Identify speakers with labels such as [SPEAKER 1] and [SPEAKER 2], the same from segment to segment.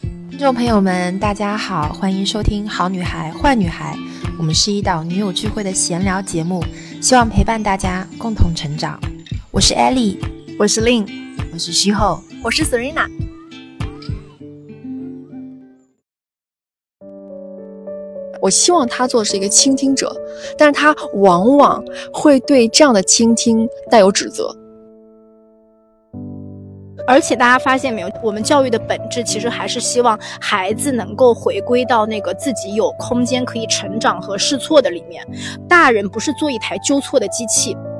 [SPEAKER 1] 听众朋友们，大家好，欢迎收听《好女孩坏女孩》，我们是一档女友聚会的闲聊节目，希望陪伴大家共同成长。我是艾莉，
[SPEAKER 2] 我是令，
[SPEAKER 3] 我是西后，
[SPEAKER 4] 我是 Serena。
[SPEAKER 2] 我希望他做的是一个倾听者，但是他往往会对这样的倾听带有指责。
[SPEAKER 4] 而且大家发现没有，我们教育的本质其实还是希望孩子能够回归到那个自己有空间可以成长和试错的里面。大人不是做一台纠错的机器。嗯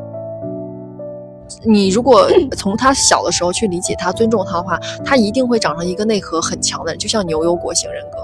[SPEAKER 2] 你如果从他小的时候去理解他、尊重他的话，他一定会长成一个内核很强的人，就像牛油果型人格。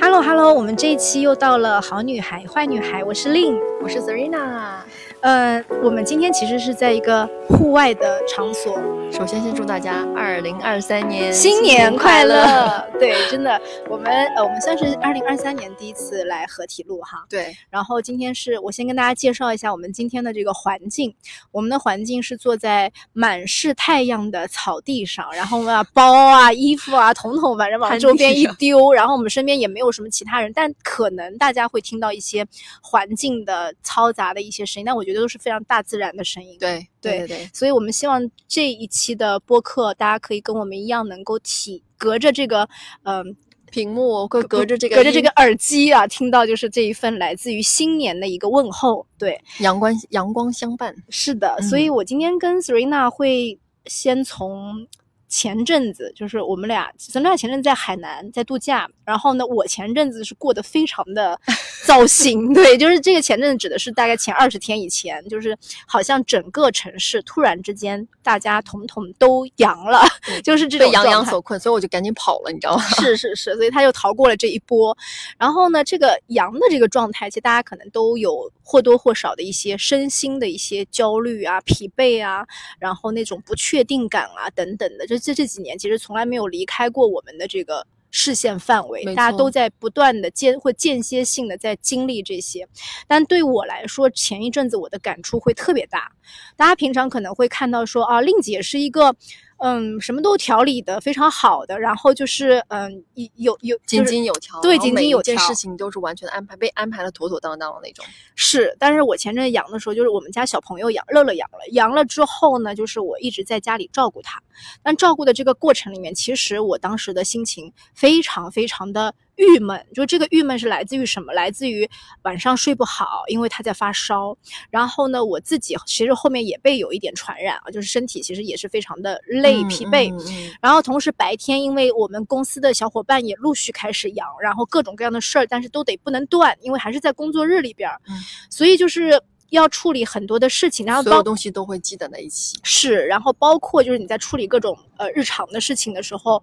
[SPEAKER 4] Hello Hello，我们这一期又到了好女孩、坏女孩，我是令，
[SPEAKER 3] 我是 Serena。
[SPEAKER 4] 呃，我们今天其实是在一个户外的场所，
[SPEAKER 3] 首先先祝大家二零二三年
[SPEAKER 4] 新年快
[SPEAKER 3] 乐！
[SPEAKER 4] 乐！ 对，真的，我们呃，我们算是二零二三年第一次来合体录哈。
[SPEAKER 2] 对，
[SPEAKER 4] 然后今天是我先跟大家介绍一下我们今天的这个环境，我们的环境是坐在满是太阳的草地上，然后我们把包啊、衣服啊，统统反正往
[SPEAKER 3] 摊
[SPEAKER 4] 周
[SPEAKER 3] 地
[SPEAKER 4] 边一
[SPEAKER 3] 上
[SPEAKER 4] 丢，然后我们身边也没有什么其他人，但可能大家会听到一些环境的嘈杂的一些声音，但我觉得都是非常大自然的声音。
[SPEAKER 2] 对，
[SPEAKER 4] 对
[SPEAKER 2] 对，对。
[SPEAKER 4] 所以我们希望这一期的播客，大家可以跟我们一样，能够体隔着这个，嗯、
[SPEAKER 2] 屏幕会隔着这个
[SPEAKER 4] 隔着这个
[SPEAKER 2] 阴
[SPEAKER 4] 耳机啊，听到就是这一份来自于新年的一个问候。对，
[SPEAKER 2] 阳光阳光相伴。
[SPEAKER 4] 是的，所
[SPEAKER 2] 嗯
[SPEAKER 4] 以我今天跟 Serena 会先从。前阵子就是我们俩，咱俩前阵子在海南在度假，然后呢，我前阵子是过得非常 的糟心，对，就是这个前阵子指的是大概前二十天以前，就是好像整个城市突然之间大家统统都阳了，就是这种
[SPEAKER 2] 嗯被杨
[SPEAKER 4] 状
[SPEAKER 2] 洋
[SPEAKER 4] 态
[SPEAKER 2] 所困，所以我就赶紧跑了，你知道吗？
[SPEAKER 4] 是是是，所以他就逃过了这一波。然后呢，这个羊的这个状态，其实大家可能都有或多或少的一些身心的一些焦虑啊、疲惫啊，然后那种不确定感啊等等的。这这这几年其实从来没有离开过我们的这个视线范围，
[SPEAKER 2] 没
[SPEAKER 4] 大家
[SPEAKER 2] 错
[SPEAKER 4] 都在不断的间或间歇性的在经历这些。但对我来说，前一阵子我的感触会特别大。大家平常可能会看到说啊，令姐是一个。嗯，什么都调理的非常好的，然后就是嗯，一有有
[SPEAKER 2] 井
[SPEAKER 4] 就是
[SPEAKER 2] 井有条，
[SPEAKER 4] 对
[SPEAKER 2] 然后
[SPEAKER 4] 井
[SPEAKER 2] 每
[SPEAKER 4] 井
[SPEAKER 2] 一
[SPEAKER 4] 有
[SPEAKER 2] 件
[SPEAKER 4] 条
[SPEAKER 2] 事情都是完全的安排，被安排的妥妥当当的那种。
[SPEAKER 4] 是，但是我前阵阳的时候，就是我们家小朋友阳，乐乐阳了，阳了之后呢，就是我一直在家里照顾他，但照顾的这个过程里面，其实我当时的心情非常非常的郁闷，就这个郁闷是来自于什么？来自于晚上睡不好，因为他在发烧，然后呢，我自己其实后面也被有一点传染啊，就是身体其实也是非常的累、
[SPEAKER 2] 嗯
[SPEAKER 4] 疲惫，
[SPEAKER 2] 嗯嗯
[SPEAKER 4] 然后同时白天，因为我们公司的小伙伴也陆续开始阳，然后各种各样的事儿，但是都得不能断，因为还是在工作日里边，儿
[SPEAKER 2] 嗯，
[SPEAKER 4] 所以就是要处理很多的事情，然后
[SPEAKER 2] 所有
[SPEAKER 4] 包
[SPEAKER 2] 东西都会积攒在一起。
[SPEAKER 4] 是，然后包括就是你在处理各种呃日常的事情的时候，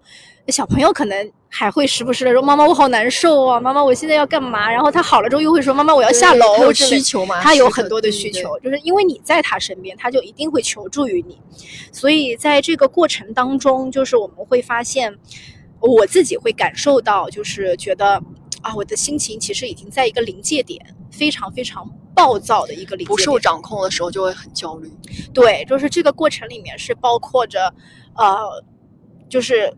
[SPEAKER 4] 小朋友可能还会时不时的说：“妈妈，我好难受啊！妈妈，我现在要干嘛？”然后他好了之后又会说：“妈妈，我要下
[SPEAKER 2] 对他
[SPEAKER 4] 楼
[SPEAKER 2] 有
[SPEAKER 4] 之类的。”
[SPEAKER 2] 需求嘛？
[SPEAKER 4] 他
[SPEAKER 2] 时
[SPEAKER 4] 有
[SPEAKER 2] 刻
[SPEAKER 4] 很多的
[SPEAKER 2] 对
[SPEAKER 4] 需
[SPEAKER 2] 对
[SPEAKER 4] 求，就是因为你在他身边，他就一定会求助于你。所以在这个过程当中，就是我们会发现，我自己会感受到，就是觉得啊，我的心情其实已经在一个临界点，非常非常暴躁的一个临界
[SPEAKER 2] 不
[SPEAKER 4] 点。
[SPEAKER 2] 受掌控的时候就会很焦虑。
[SPEAKER 4] 对，就是这个过程里面是包括着，呃，就是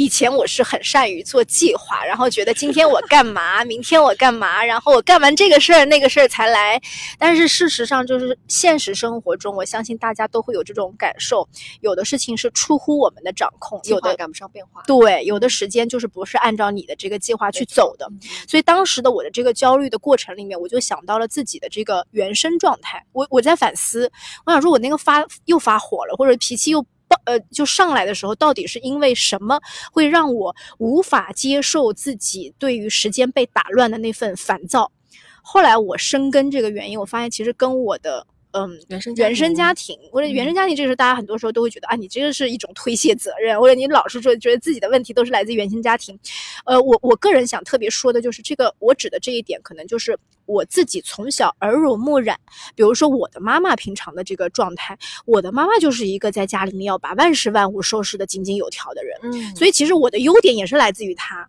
[SPEAKER 4] 以前我是很善于做计划，然后觉得今天我干嘛，明天我干嘛，然后我干完这个事儿那个事儿才来。但是事实上，就是现实生活中，我相信大家都会有这种感受，有的事情是出乎我们的掌控，
[SPEAKER 2] 计
[SPEAKER 4] 有
[SPEAKER 2] 划
[SPEAKER 4] 的
[SPEAKER 2] 赶不上变化。
[SPEAKER 4] 对，有的时间就是不是按照你的这个计划去
[SPEAKER 2] 没
[SPEAKER 4] 走的。
[SPEAKER 2] 嗯
[SPEAKER 4] 所以当时的我的这个焦虑的过程里面，我就想到了自己的这个原生状态。我我在反思，我想说，我那个发又发火了，或者脾气又暴呃就上来的时候，到底是因为什么会让我无法接受自己对于时间被打乱的那份烦躁？后来我深耕这个原因，我发现其实跟我的嗯
[SPEAKER 2] 原生
[SPEAKER 4] 原生家
[SPEAKER 2] 庭
[SPEAKER 4] 庭，或者原
[SPEAKER 2] 嗯
[SPEAKER 4] 生家庭这个时候，大家很多时候都会觉得啊，你这个是一种推卸责任，或者你老是说觉得自己的问题都是来自原生家庭。呃，我我个人想特别说的就是这个，我指的这一点，可能就是我自己从小耳濡目染。比如说我的妈妈平常的这个状态，我的妈妈就是一个在家里面要把万事万物收拾的井井有条的人，
[SPEAKER 2] 嗯，
[SPEAKER 4] 所以其实我的优点也是来自于她，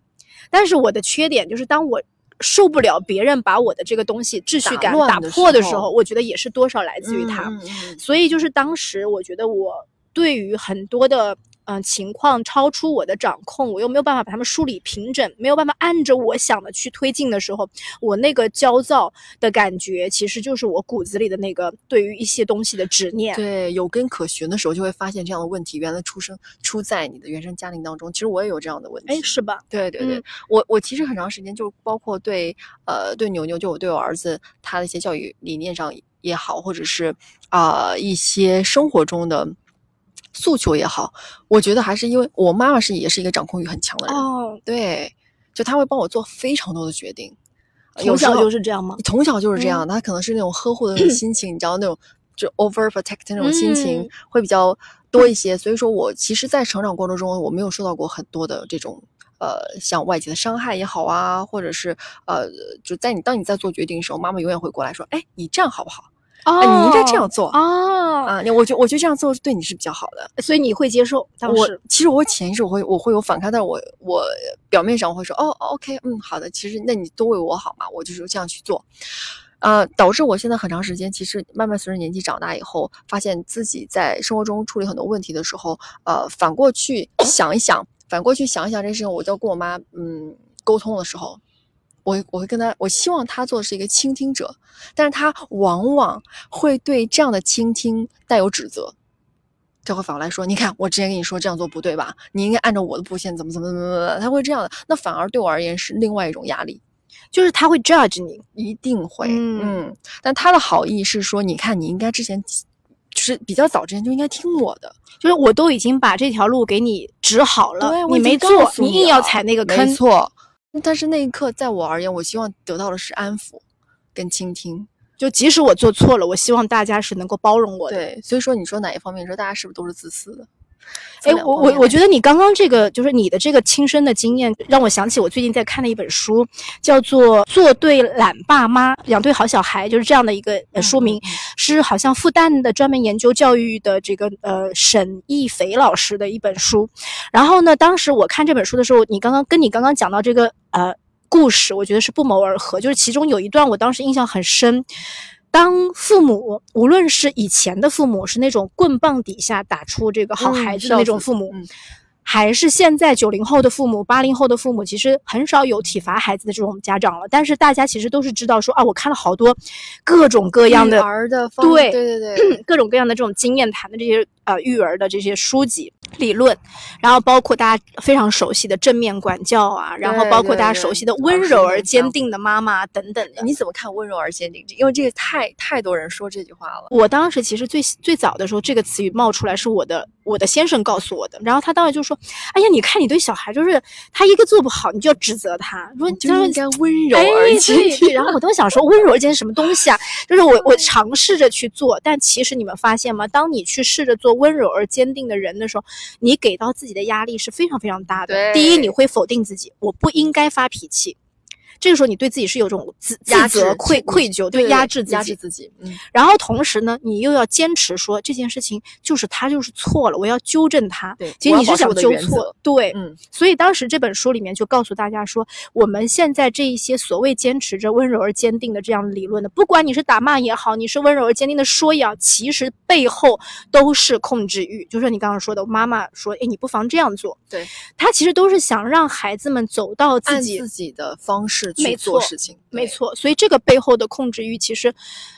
[SPEAKER 4] 但是我的缺点就是当我。受不了别人把我的这个东西秩序
[SPEAKER 2] 打
[SPEAKER 4] 感
[SPEAKER 2] 乱
[SPEAKER 4] 打
[SPEAKER 2] 的时
[SPEAKER 4] 破的时
[SPEAKER 2] 候
[SPEAKER 4] 候，我觉得也是多少来自于他。
[SPEAKER 2] 嗯嗯
[SPEAKER 4] 所以就是当时我觉得我对于很多的嗯、呃情况超出我的掌控，我又没有办法把它们梳理平整，没有办法按着我想的去推进的时候，我那个焦躁的感觉，其实就是我骨子里的那个对于一些东西的执念。
[SPEAKER 2] 对，有根可循的时候，就会发现这样的问题原来出生出在你的原生家庭当中。其实我也有这样的问题。
[SPEAKER 4] 哎，是吧？
[SPEAKER 2] 对对对，
[SPEAKER 4] 嗯
[SPEAKER 2] 我我其实很长时间就包括对呃对牛牛，就我对我儿子他的一些教育理念上也好，或者是啊、一些生活中的诉求也好，我觉得还是因为我妈妈是也是一个掌控欲很强的人，
[SPEAKER 4] 哦，
[SPEAKER 2] 对，就她会帮我做非常多的决定，呃有
[SPEAKER 4] 从
[SPEAKER 2] 时
[SPEAKER 4] 小
[SPEAKER 2] 候
[SPEAKER 4] 就是这样吗？
[SPEAKER 2] 从小就是这
[SPEAKER 4] 嗯
[SPEAKER 2] 样，他可能是那种呵护的那种心情，你知道那种就 overprotect 那种心情
[SPEAKER 4] 嗯
[SPEAKER 2] 会比较多一些。所以说我其实，在成长过程中，我没有受到过很多的这种呃，像外界的伤害也好啊，或者是呃，就在你当你在做决定的时候，妈妈永远会过来说，哎，你这样好不好？
[SPEAKER 4] 哦
[SPEAKER 2] 哎，你应该这样做。
[SPEAKER 4] 哦、
[SPEAKER 2] 啊，那我觉我觉得这样做对你是比较好的。
[SPEAKER 4] 所以你会接受当
[SPEAKER 2] 我
[SPEAKER 4] 时。
[SPEAKER 2] 其实我会潜意识我会我会有反抗，但是我我表面上会说哦，OK，嗯，好的，其实那你都为我好嘛，我就是这样去做。呃，导致我现在很长时间，其实慢慢随着年纪长大以后，发现自己在生活中处理很多问题的时候，呃，反过去想一想，反过去想一想这事情，我在跟我妈嗯沟通的时候，我会我会跟她，我希望她做的是一个倾听者，但是她往往会对这样的倾听带有指责，他会反过来说：“你看，我之前跟你说这样做不对吧？你应该按照我的步线，怎么怎么怎么怎么怎么。”他会这样的，那反而对我而言是另外一种压力，
[SPEAKER 4] 就是他会 judge 你，
[SPEAKER 2] 一定会。
[SPEAKER 4] 嗯
[SPEAKER 2] 但他的好意是说：“你看，你应该之前就是比较早之前就应该听我的，
[SPEAKER 4] 就是我都已经把这条路给你指好了，
[SPEAKER 2] 对，我
[SPEAKER 4] 你
[SPEAKER 2] 已经
[SPEAKER 4] 没
[SPEAKER 2] 告
[SPEAKER 4] 做，
[SPEAKER 2] 诉
[SPEAKER 4] 你
[SPEAKER 2] 你
[SPEAKER 4] 硬要
[SPEAKER 2] 了
[SPEAKER 4] 踩那个
[SPEAKER 2] 没
[SPEAKER 4] 坑，
[SPEAKER 2] 错。但是那一刻，在我而言，我希望得到的是安抚跟倾听。
[SPEAKER 4] 就即使我做错了，我希望大家是能够包容我的。
[SPEAKER 2] 对，所以说你说哪一方面，你说大家是不是都是自私的？
[SPEAKER 4] 哎，我我我觉得你刚刚这个就是你的这个亲身的经验，让我想起我最近在看的一本书，叫做《做对懒爸妈，养对好小孩》，就是这样的一个、呃、说明，是好像复旦的专门研究教育的这个呃沈亦斐老师的一本书。然后呢，当时我看这本书的时候，你刚刚跟你刚刚讲到这个呃故事，我觉得是不谋而合。就是其中有一段，我当时印象很深。当父母，无论是以前的父母是那种棍棒底下打出这个好
[SPEAKER 2] 嗯
[SPEAKER 4] 孩子
[SPEAKER 2] 孝
[SPEAKER 4] 的那种
[SPEAKER 2] 子
[SPEAKER 4] 父母，
[SPEAKER 2] 嗯
[SPEAKER 4] 还是现在九零后的父母、八零后的父母，其实很少有体罚孩子的这种家长了。但是大家其实都是知道说啊，我看了好多各种各
[SPEAKER 2] 一
[SPEAKER 4] 样的
[SPEAKER 2] 儿的方
[SPEAKER 4] 对，
[SPEAKER 2] 对对对
[SPEAKER 4] 各种各样的这种经验谈的这些呃育儿的这些书籍理论，然后包括大家非常熟悉的正面管教啊，然后
[SPEAKER 2] 对
[SPEAKER 4] 包括
[SPEAKER 2] 对
[SPEAKER 4] 大家
[SPEAKER 2] 对
[SPEAKER 4] 熟悉的
[SPEAKER 2] 老
[SPEAKER 4] 温
[SPEAKER 2] 师
[SPEAKER 4] 柔
[SPEAKER 2] 的
[SPEAKER 4] 而
[SPEAKER 2] 影
[SPEAKER 4] 坚
[SPEAKER 2] 响
[SPEAKER 4] 定的妈妈等等 的。
[SPEAKER 2] 你怎么看温柔而坚定？因为这个太太多人说这句话了。
[SPEAKER 4] 我当时其实最最早的时候，这个词语冒出来是我的我的先生告诉我的，然后他当时就说：“哎呀，你看你对小孩就是他一个做不好，你就要指责他，说
[SPEAKER 2] 你就
[SPEAKER 4] 他说
[SPEAKER 2] 应该温柔
[SPEAKER 4] 哎
[SPEAKER 2] 而坚
[SPEAKER 4] 对对
[SPEAKER 2] 定
[SPEAKER 4] 然后我都 想说，温柔这是什么东西啊？就是我我尝试着去做，但其实你们发现吗？当你去试着做温柔而坚定的人的时候，你给到自己的压力是非常非常大的。
[SPEAKER 2] 对
[SPEAKER 4] 第一，你会否定自己，我不应该发脾气。这个时候，你对自己是有种自自
[SPEAKER 2] 压制
[SPEAKER 4] 责、愧愧疚，对压制自
[SPEAKER 2] 压
[SPEAKER 4] 己
[SPEAKER 2] 制。自己，嗯，
[SPEAKER 4] 然后同时呢，你又要坚持说这件事情就是他就是错了，我要纠正他。
[SPEAKER 2] 对
[SPEAKER 4] 其实
[SPEAKER 2] 我
[SPEAKER 4] 你
[SPEAKER 2] 要保持
[SPEAKER 4] 是想
[SPEAKER 2] 我的
[SPEAKER 4] 纠
[SPEAKER 2] 原
[SPEAKER 4] 错
[SPEAKER 2] 则，
[SPEAKER 4] 对，
[SPEAKER 2] 嗯。
[SPEAKER 4] 所以当时这本书里面就告诉大家说，我们现在这一些所谓坚持着温柔而坚定的这样的理论呢，不管你是打骂也好，你是温柔而坚定的说也好，其实背后都是控制欲，就是你刚刚说的，妈妈说，哎，你不妨这样做，
[SPEAKER 2] 对，
[SPEAKER 4] 他其实都是想让孩子们走到自
[SPEAKER 2] 按
[SPEAKER 4] 己
[SPEAKER 2] 自己的方式
[SPEAKER 4] 没
[SPEAKER 2] 去做
[SPEAKER 4] 错
[SPEAKER 2] 事情，
[SPEAKER 4] 没
[SPEAKER 2] 对，
[SPEAKER 4] 错，所以这个背后的控制欲，其实，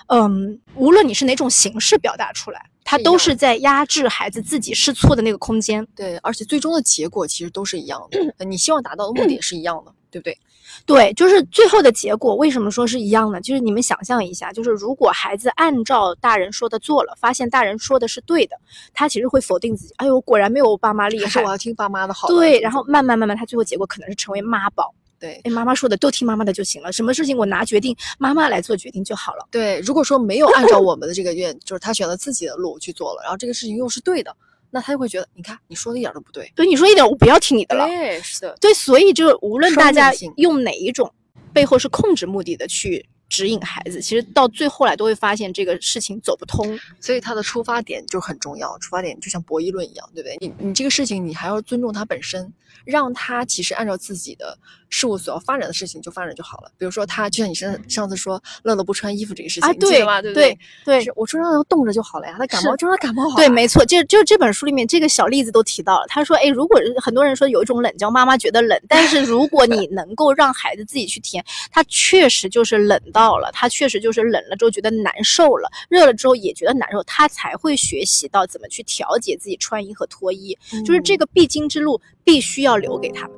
[SPEAKER 4] 嗯，无论你是哪种形式表达出来，它
[SPEAKER 2] 是一
[SPEAKER 4] 都
[SPEAKER 2] 样
[SPEAKER 4] 是
[SPEAKER 2] 的
[SPEAKER 4] 在压制孩子自己试错的那个空间。
[SPEAKER 2] 对，而且最终的结果其实都是一样的，呃你希望达到的目的也是一样的，对不对？
[SPEAKER 4] 嗯对，就是最后的结果，为什么说是一样呢？就是你们想象一下，就是如果孩子按照大人说的做了，发现大人说的是对的，他其实会否定自己，哎呦，果然没有我爸妈厉
[SPEAKER 2] 还是
[SPEAKER 4] 害
[SPEAKER 2] 我。要听爸妈的好的，
[SPEAKER 4] 对，
[SPEAKER 2] 怎么
[SPEAKER 4] 然后
[SPEAKER 2] 怎么
[SPEAKER 4] 慢慢慢慢，他最后结果可能是成为妈宝。
[SPEAKER 2] 对
[SPEAKER 4] 哎，妈妈说的都听妈妈的就行了，什么事情我拿决定，妈妈来做决定就好了。
[SPEAKER 2] 对，如果说没有按照我们的这个愿，就是他选择自己的路去做了，然后这个事情又是对的，那他就会觉得，你看你说的一点儿都不对，
[SPEAKER 4] 对，你说一点，我不要听你的了。
[SPEAKER 2] 对，是的，
[SPEAKER 4] 对，所以就是无论
[SPEAKER 2] 双
[SPEAKER 4] 大
[SPEAKER 2] 面
[SPEAKER 4] 家
[SPEAKER 2] 性
[SPEAKER 4] 用哪一种，背后是控制目的的去指引孩子，其实到最后来都会发现这个事情走不通。
[SPEAKER 2] 所以他的出发点就很重要，出发点就像博弈论一样，对不对？你你这个事情，你还要尊重它本身，让它其实按照自己的事务所要发展的事情就发展就好了。比如说他，就像你上上次说乐乐不穿衣服这个事情，
[SPEAKER 4] 啊
[SPEAKER 2] 你记
[SPEAKER 4] 对
[SPEAKER 2] 得吧？对不
[SPEAKER 4] 对对
[SPEAKER 2] 是我说让他冻着就好了呀，他感冒
[SPEAKER 4] 是
[SPEAKER 2] 就让他感冒好了。
[SPEAKER 4] 对，没错，就就这本书里面这个小例子都提到了。他说，哎，如果很多人说有一种冷叫妈妈觉得冷，但是如 果你能够让孩子自己去体验，他确实就是冷到了，他确实就是冷了之后觉得难受了，热了之后也觉得难受，他才会学习到怎么去调节自己穿衣和脱衣，就是这个必经之路必须要留给他们。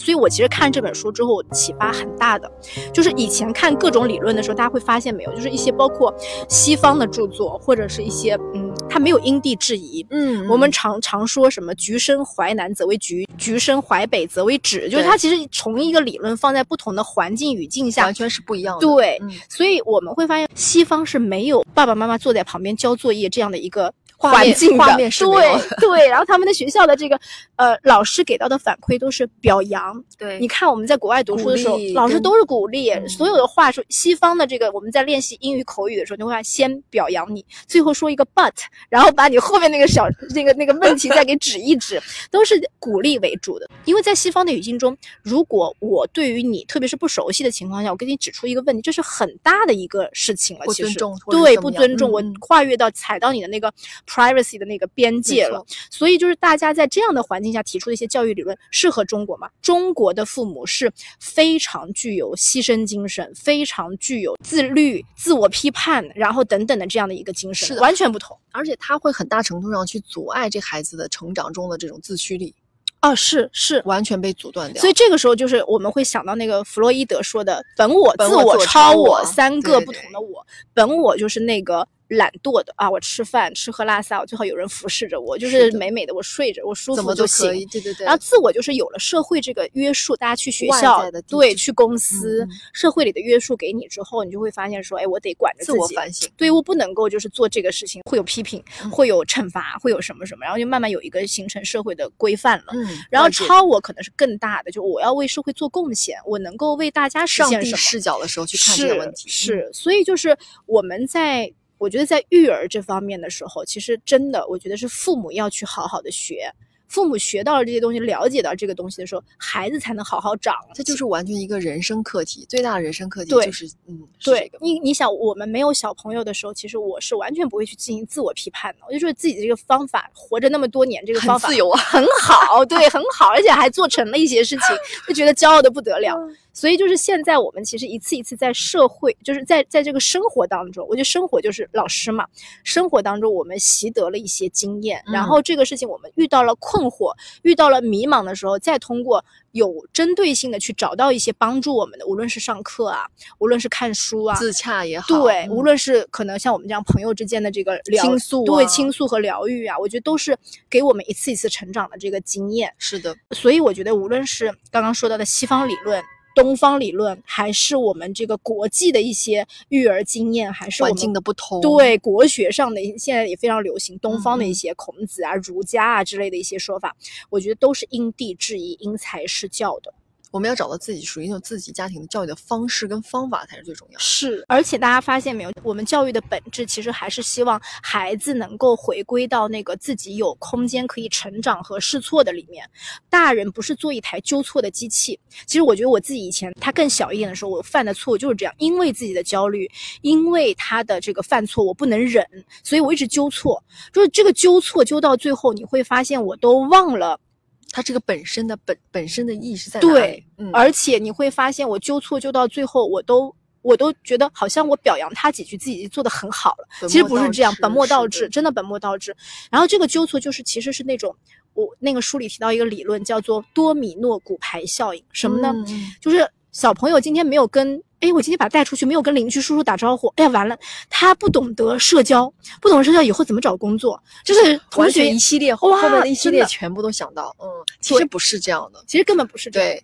[SPEAKER 4] 所以，我其实看这本书之后，我启发很大的，就是以前看各种理论的时候，大家会发现没有，就是一些包括西方的著作，或者是一些嗯，它没有因地制宜。
[SPEAKER 2] 嗯，
[SPEAKER 4] 我们常常说什么“橘生淮南则为橘，橘生淮北则为枳”，就是它其实从一个理论放在不同的环境语境下
[SPEAKER 2] 完，全是不一样的。
[SPEAKER 4] 对
[SPEAKER 2] 嗯
[SPEAKER 4] 所以我们会发现西方是没有爸爸妈妈坐在旁边交作业这样的一个
[SPEAKER 2] 画
[SPEAKER 4] 环
[SPEAKER 2] 面
[SPEAKER 4] 境的，
[SPEAKER 2] 画面是没 有
[SPEAKER 4] 对对。然后他们的学校的这个呃老师给到的反馈都是表扬，
[SPEAKER 3] 对
[SPEAKER 4] 你看我们在国外读书的时候
[SPEAKER 2] 鼓励，
[SPEAKER 4] 老师
[SPEAKER 2] 跟
[SPEAKER 4] 都是鼓励，
[SPEAKER 2] 嗯
[SPEAKER 4] 所有的话说西方的这个我们在练习英语口语的时候，你会发现先表扬你，最后说一个 but，然后把你后面那个小那个那个问题再给指一指，都是鼓励为主的。因为在西方的语境中，如果我对于你特别是不熟悉的情况下，我给你指出一个问题，这是很大的一个事情了。
[SPEAKER 2] 不
[SPEAKER 4] 其
[SPEAKER 2] 尊
[SPEAKER 4] 实
[SPEAKER 2] 重或者
[SPEAKER 4] 对
[SPEAKER 2] 怎
[SPEAKER 4] 不
[SPEAKER 2] 么样
[SPEAKER 4] 尊
[SPEAKER 2] 嗯
[SPEAKER 4] 重，我
[SPEAKER 2] 嗯
[SPEAKER 4] 跨越到踩到你的那个 privacy 的那个边界了。所以就是大家在这样的环境下提出的一些教育理论，适合中国吗？中国的父母是非常具有牺牲精神，非常具有自律、自我批判，然后等等的这样的一个精神，
[SPEAKER 2] 是的
[SPEAKER 4] 完全不同。
[SPEAKER 2] 而且他会很大程度上去阻碍这孩子的成长中的这种自驱力，啊
[SPEAKER 4] 哦，是是。
[SPEAKER 2] 完全被阻断掉。
[SPEAKER 4] 所以这个时候就是我们会想到那个弗洛伊德说的“本我、
[SPEAKER 2] 本
[SPEAKER 4] 自
[SPEAKER 2] 我自我
[SPEAKER 4] 超
[SPEAKER 2] 超我
[SPEAKER 4] 三
[SPEAKER 2] 对
[SPEAKER 4] 个
[SPEAKER 2] 对
[SPEAKER 4] 不
[SPEAKER 2] 对
[SPEAKER 4] 同的我”本我就是那个懒惰的啊，我吃饭吃喝拉撒，我最好有人服侍着我，就是是
[SPEAKER 2] 的
[SPEAKER 4] 美美的，我睡着，我舒
[SPEAKER 2] 怎
[SPEAKER 4] 服
[SPEAKER 2] 么
[SPEAKER 4] 就
[SPEAKER 2] 都
[SPEAKER 4] 行啊
[SPEAKER 2] 可。以，对对对。
[SPEAKER 4] 然后自我就是有了社会这个约束，大家去学
[SPEAKER 2] 外
[SPEAKER 4] 校
[SPEAKER 2] 在的，地
[SPEAKER 4] 对，
[SPEAKER 2] 址
[SPEAKER 4] 去公司，
[SPEAKER 2] 嗯
[SPEAKER 4] 社会里的约束给你之后，你就会发现说，哎，我得管着
[SPEAKER 2] 自
[SPEAKER 4] 自
[SPEAKER 2] 我
[SPEAKER 4] 己。
[SPEAKER 2] 反省，
[SPEAKER 4] 对，我不能够就是做这个事情，会有批评，
[SPEAKER 2] 嗯
[SPEAKER 4] 会有惩罚，会有什么什么，然后就慢慢有一个形成社会的规范了。
[SPEAKER 2] 嗯，
[SPEAKER 4] 然后
[SPEAKER 2] 了解
[SPEAKER 4] 超我可能是更大的，就我要为社会做贡献，我能够为大家实
[SPEAKER 2] 上
[SPEAKER 4] 现
[SPEAKER 2] 帝
[SPEAKER 4] 什么？
[SPEAKER 2] 视角的时候去看这个问题，嗯
[SPEAKER 4] 是是，嗯所以就是我们在我觉得在育儿这方面的时候，其实真的我觉得是父母要去好好的学，父母学到了这些东西，了解到这个东西的时候，孩子才能好好长。
[SPEAKER 2] 这就是完全一个人生课题，最大的人生课题
[SPEAKER 4] 对
[SPEAKER 2] 就是，嗯，是这
[SPEAKER 4] 对
[SPEAKER 2] 个
[SPEAKER 4] 你，你想，我们没有小朋友的时候，其实我是完全不会去进行自我批判的。我就说自己的这个方法，活着那么多年，这个
[SPEAKER 2] 很
[SPEAKER 4] 方法
[SPEAKER 2] 自由啊，
[SPEAKER 4] 很好，对，很好，而且还做成了一些事情，就觉得骄傲的不得了。
[SPEAKER 2] 嗯
[SPEAKER 4] 所以就是现在我们其实一次一次在社会，就是在在这个生活当中，我觉得生活就是老师嘛，生活当中我们习得了一些经验，然
[SPEAKER 2] 嗯
[SPEAKER 4] 后这个事情我们遇到了困惑，遇到了迷茫的时候，再通过有针对性的去找到一些帮助我们的，无论是上课啊，无论是看书啊，
[SPEAKER 2] 自洽也好，
[SPEAKER 4] 对，
[SPEAKER 2] 嗯
[SPEAKER 4] 无论是可能像我们这样朋友之间的这个聊
[SPEAKER 2] 倾诉嗯
[SPEAKER 4] 对
[SPEAKER 2] 啊
[SPEAKER 4] 倾诉和疗愈啊，我觉得都是给我们一次一次成长的这个经验。
[SPEAKER 2] 是的，
[SPEAKER 4] 所以我觉得，无论是刚刚说到的西方理论、东方理论，还是我们这个国际的一些育儿经验，还是我
[SPEAKER 2] 环
[SPEAKER 4] 们
[SPEAKER 2] 境的不同，，
[SPEAKER 4] 对国学上的一现在也非常流行东方的
[SPEAKER 2] 嗯
[SPEAKER 4] 一
[SPEAKER 2] 嗯
[SPEAKER 4] 些孔子啊、儒家啊之类的一些说法，我觉得都是因地制宜、因材施教的。
[SPEAKER 2] 我们要找到自己属于那种自己家庭的教育的方式跟方法才是最重要的。
[SPEAKER 4] 是，而且大家发现没有，我们教育的本质其实还是希望孩子能够回归到那个自己有空间可以成长和试错的里面。大人不是做一台纠错的机器。其实我觉得我自己以前他更小一点的时候，我犯的错误就是这样，因为自己的焦虑，因为他的这个犯错我不能忍，所以我一直纠错，就是这个纠错纠到最后，你会发现我都忘了。
[SPEAKER 2] 它这个本身的本本身的意义是在哪里？
[SPEAKER 4] 对，
[SPEAKER 2] 嗯，
[SPEAKER 4] 而且你会发现，我纠错纠到最后，我都我都觉得好像我表扬他几句，自己做的很好了。
[SPEAKER 2] 本
[SPEAKER 4] 其实
[SPEAKER 2] 末
[SPEAKER 4] 不是
[SPEAKER 2] 倒
[SPEAKER 4] 这样，本
[SPEAKER 2] 置
[SPEAKER 4] 末倒
[SPEAKER 2] 是
[SPEAKER 4] 置，真的本末倒置。然后这个纠错就是其实是那种我那个书里提到一个理论叫做多米诺骨牌效应，什么呢？
[SPEAKER 2] 嗯嗯
[SPEAKER 4] 就是小朋友今天没有跟。哎，我今天把他带出去，没有跟邻居叔叔打招呼。哎呀，完了，他不懂得社交，不懂得社交以后怎么找工作？就是同
[SPEAKER 2] 完
[SPEAKER 4] 学
[SPEAKER 2] 全一系列后
[SPEAKER 4] 哇，
[SPEAKER 2] 后面的一系
[SPEAKER 4] 真
[SPEAKER 2] 列全部都想到，嗯，其实不是这样的，
[SPEAKER 4] 其实根本不是这样
[SPEAKER 2] 对
[SPEAKER 4] 的，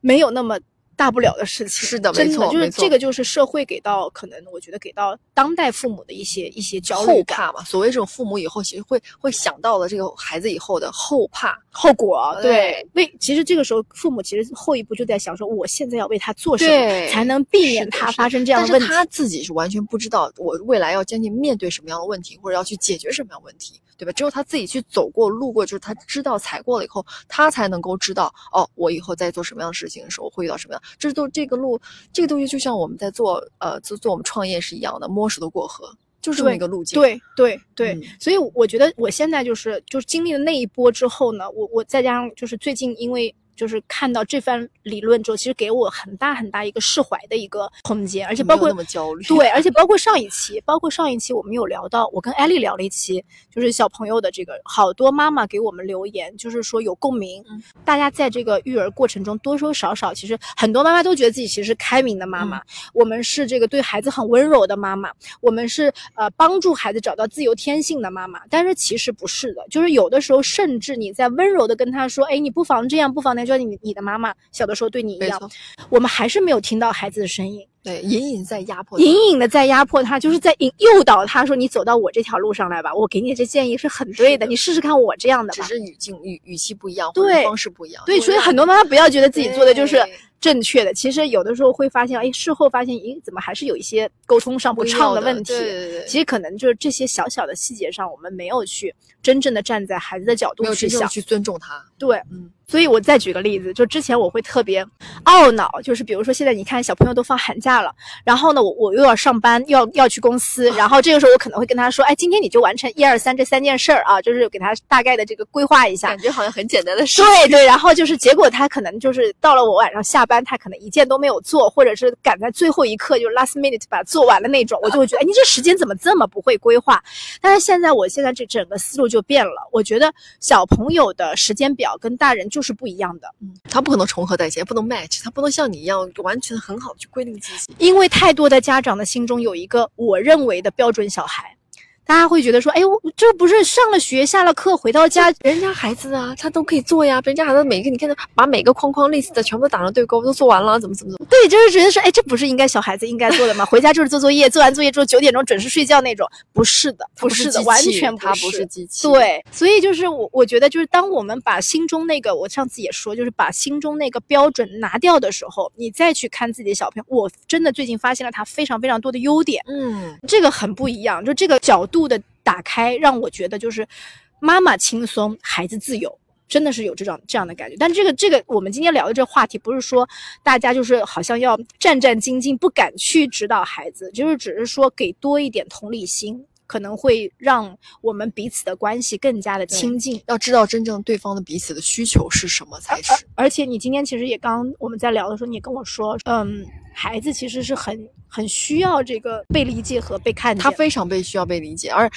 [SPEAKER 4] 没有那么大不了的事情。
[SPEAKER 2] 是的
[SPEAKER 4] 真
[SPEAKER 2] 没错
[SPEAKER 4] 就是
[SPEAKER 2] 没错
[SPEAKER 4] 这个就是社会给到可能我觉得给到当代父母的一些一些焦虑
[SPEAKER 2] 后
[SPEAKER 4] 感
[SPEAKER 2] 怕嘛，所谓这种父母以后其实会会想到了这个孩子以后的后怕，
[SPEAKER 4] 后果。
[SPEAKER 2] 对
[SPEAKER 4] 对，为其实这个时候父母其实后一步就在想说，我现在要为他做什
[SPEAKER 2] 对
[SPEAKER 4] 么才能避免
[SPEAKER 2] 是的
[SPEAKER 4] 他
[SPEAKER 2] 是的
[SPEAKER 4] 发生这样
[SPEAKER 2] 但
[SPEAKER 4] 的
[SPEAKER 2] 是
[SPEAKER 4] 问题。
[SPEAKER 2] 他自己是完全不知道我未来要将近面对什么样的问题，或者要去解决什么样的问题，对吧？只有他自己去走过、路过，就是他知道踩过了以后，他才能够知道哦，我以后在做什么样的事情的时候会遇到什么样。这都这个路，这个东西就像我们在做呃做做我们创业是一样的，摸石头过河，就是这么
[SPEAKER 4] 对
[SPEAKER 2] 一个路径。
[SPEAKER 4] 对对对，
[SPEAKER 2] 嗯
[SPEAKER 4] 所以我觉得我现在就是就是经历了那一波之后呢，我我再加上就是最近因为就是看到这番理论之后，其实给我很大很大一个释怀的一个空间，而且
[SPEAKER 2] 没
[SPEAKER 4] 包
[SPEAKER 2] 有
[SPEAKER 4] 括
[SPEAKER 2] 那么焦虑
[SPEAKER 4] 对，而且包括上一期，包括上一期我们有聊到，我跟艾丽聊了一期，就是小朋友的这个，好多妈妈给我们留言，就是说有共鸣。
[SPEAKER 2] 嗯
[SPEAKER 4] 大家在这个育儿过程中多多少少，其实很多妈妈都觉得自己其实是开明的妈妈，我们是这个对孩子很温柔的妈妈，我们是呃帮助孩子找到自由天性的妈妈，但是其实不是的，就是有的时候甚至你在温柔的跟他说，哎，你不妨这样，不妨那样，就像你你的妈妈小的时候对你一
[SPEAKER 2] 没
[SPEAKER 4] 样，
[SPEAKER 2] 错，
[SPEAKER 4] 我们还是没有听到孩子的声音。
[SPEAKER 2] 对，隐隐在压迫他，
[SPEAKER 4] 隐隐的在压迫他，就是在引诱导他说：“你走到我这条路上来吧，我给你这建议是很
[SPEAKER 2] 是
[SPEAKER 4] 对的，
[SPEAKER 2] 的
[SPEAKER 4] 你试试看我这样的
[SPEAKER 2] 只
[SPEAKER 4] 吧。
[SPEAKER 2] 是语境语语气不一样，或者
[SPEAKER 4] 对
[SPEAKER 2] 方式不一样”。
[SPEAKER 4] 对，
[SPEAKER 2] 就
[SPEAKER 4] 所以
[SPEAKER 2] 让
[SPEAKER 4] 很多妈妈不要觉得自己做的就是
[SPEAKER 2] 对
[SPEAKER 4] 正确的，其实有的时候会发现，哎，事后发现，咦，怎么还是有一些沟通上不
[SPEAKER 2] 不一
[SPEAKER 4] 畅
[SPEAKER 2] 样的
[SPEAKER 4] 问题？
[SPEAKER 2] 对对对
[SPEAKER 4] 其实可能就是这些小小的细节上，我们没有去真正的站在孩子的角
[SPEAKER 2] 没
[SPEAKER 4] 度
[SPEAKER 2] 有
[SPEAKER 4] 去
[SPEAKER 2] 真正
[SPEAKER 4] 想
[SPEAKER 2] 地。去尊重他。
[SPEAKER 4] 对，
[SPEAKER 2] 嗯，
[SPEAKER 4] 所以我再举个例子，就之前我会特别懊恼，就是比如说现在你看小朋友都放寒假了，然后呢，我我又要上班，又要要去公司，然后这个时候我可能会跟他说，哎，今天你就完成一二三这三件事儿啊，就是给他大概的这个规划一下
[SPEAKER 2] 感。觉好像很简单的事。
[SPEAKER 4] 对对，然后就是结果他可能就是到了我晚上下班，他可能一件都没有做，或者是赶在最后一刻就是 last minute 把它做完的那种，我就会觉得，哎，你这时间怎么这么不会规划？但是现在我现在这整个思路就变了，我觉得小朋友的时间表跟大人就是不一样的。
[SPEAKER 2] 他不可能重合在一起，也不能 match，他不能像你一样完全很好地去规定自己。
[SPEAKER 4] 因为太多的家长的心中有一个我认为的标准小孩，大家会觉得说，哎，我这不是上了学、下了课回到家，
[SPEAKER 2] 人家孩子啊，他都可以做呀，人家孩子每个你看他把每个框框 list 的全部都打上对勾，都做完了，怎么怎么怎么，
[SPEAKER 4] 对，就是觉得说，哎，这不是应该小孩子应该做的吗？回家就是做作业，做完作业之后九点钟准时睡觉那种，不是的，
[SPEAKER 2] 他不
[SPEAKER 4] 是的，
[SPEAKER 2] 机
[SPEAKER 4] 完
[SPEAKER 2] 器
[SPEAKER 4] 全
[SPEAKER 2] 他
[SPEAKER 4] 是。
[SPEAKER 2] 不是机器。，
[SPEAKER 4] 对，所以就是我，我觉得就是当我们把心中那个，我上次也说，就是把心中那个标准拿掉的时候，你再去看自己的小朋友，我真的最近发现了他非常非常多的优点。
[SPEAKER 2] 嗯，
[SPEAKER 4] 这个很不一样，就这个角度的打开，让我觉得就是妈妈轻松，孩子自由。真的是有这种这样的感觉，但这个这个我们今天聊的这个话题，不是说大家就是好像要战战兢兢，不敢去指导孩子，就是只是说给多一点同理心，可能会让我们彼此的关系更加的亲近。
[SPEAKER 2] 要知道真正对方的彼此的需求是什么才是。
[SPEAKER 4] 而且你今天其实也刚我们在聊的时候，你也跟我说，嗯，孩子其实是很很需要这个被理解和被看见。
[SPEAKER 2] 他非常被需要被理解，而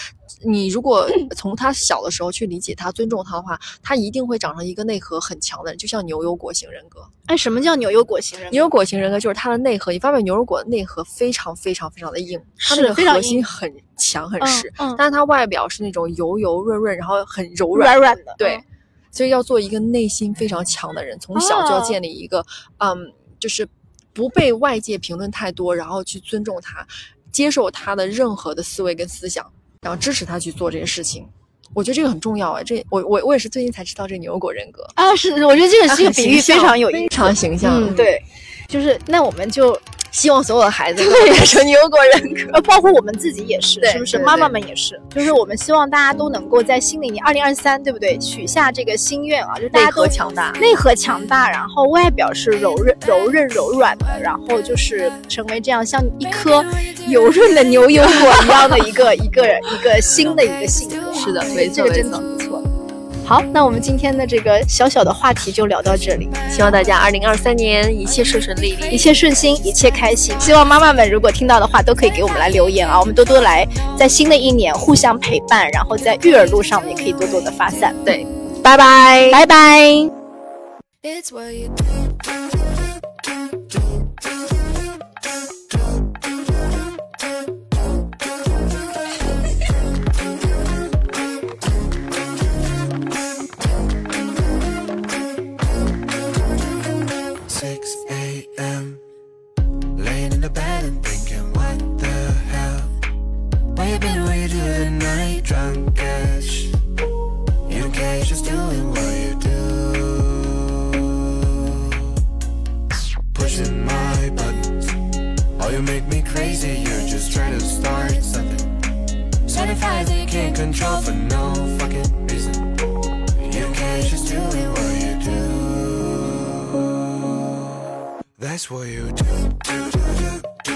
[SPEAKER 2] 你如 果从他小的时候去理解他、尊重他的话，他一定会长成一个内核很强的人，就像牛油果型人格。
[SPEAKER 4] 哎，什么叫扭油果型人格？
[SPEAKER 2] 牛油果型人格就是它的内核，你发现牛油果的内核非常非常非常的硬，它那
[SPEAKER 4] 是
[SPEAKER 2] 个
[SPEAKER 4] 非常
[SPEAKER 2] 核心
[SPEAKER 4] 硬
[SPEAKER 2] 很强很
[SPEAKER 4] 嗯
[SPEAKER 2] 实，
[SPEAKER 4] 嗯
[SPEAKER 2] 但是它外表是那种油油润润，然后很柔软。
[SPEAKER 4] 软软的，
[SPEAKER 2] 对
[SPEAKER 4] 嗯，
[SPEAKER 2] 所以要做一个内心非常强的人，从小就要
[SPEAKER 4] 哦
[SPEAKER 2] 建立一个，嗯，就是不被外界评论太多，然后去尊重他，接受他的任何的思维跟思想，然后支持他去做这些事情。我觉得这个很重要哎，这我我我也是最近才知道这牛油果人格，
[SPEAKER 4] 啊，是，我觉得这个
[SPEAKER 2] 它
[SPEAKER 4] 这个
[SPEAKER 2] 很
[SPEAKER 4] 比
[SPEAKER 2] 形
[SPEAKER 4] 喻非
[SPEAKER 2] 象
[SPEAKER 4] 常有
[SPEAKER 2] 非
[SPEAKER 4] 意思，
[SPEAKER 2] 常形象。
[SPEAKER 4] 嗯，，对，就是那我们就
[SPEAKER 2] 希望所有的孩子都变成牛油果人格。
[SPEAKER 4] 呃，包括我们自己也是，
[SPEAKER 2] 对
[SPEAKER 4] 是不是？
[SPEAKER 2] 对
[SPEAKER 4] 妈妈
[SPEAKER 2] 对
[SPEAKER 4] 们也是，就是我们希望大家都能够在心里，你二零二三对不对？许下这个心愿啊，就大
[SPEAKER 2] 内
[SPEAKER 4] 家都
[SPEAKER 2] 核强大，
[SPEAKER 4] 内核强大，然后外表是柔韧、柔韧、柔软的，然后就是成为这样像一颗 油润的牛油果一样的一个一个一个新的一个性格。
[SPEAKER 2] 是的没
[SPEAKER 4] 这
[SPEAKER 2] 错
[SPEAKER 4] 个
[SPEAKER 2] 没
[SPEAKER 4] 真的
[SPEAKER 2] 错
[SPEAKER 4] 不错。好，那我们今天的这个小小的话题就聊到这里，
[SPEAKER 3] 希望大家二零二三年一切顺顺利利。
[SPEAKER 4] 一切顺心，一切开心。希望妈妈们如果听到的话，都可以给我们来留言啊，我们多多来，在新的一年互相陪伴，然后在育儿路上我们也可以多多的发散。对，拜拜，拜拜。
[SPEAKER 5] It's what you
[SPEAKER 6] six a a.m. Laying in the bed and thinking, what the hell? Why you been away to the night drunk ish? You okay, just doing what you do. Pushing my buttons. Oh, you make me crazy, you're just trying to start something. Certified that you can't control for no fucking reason. You can't just do it what you do. That's what you do, do, do, do, do.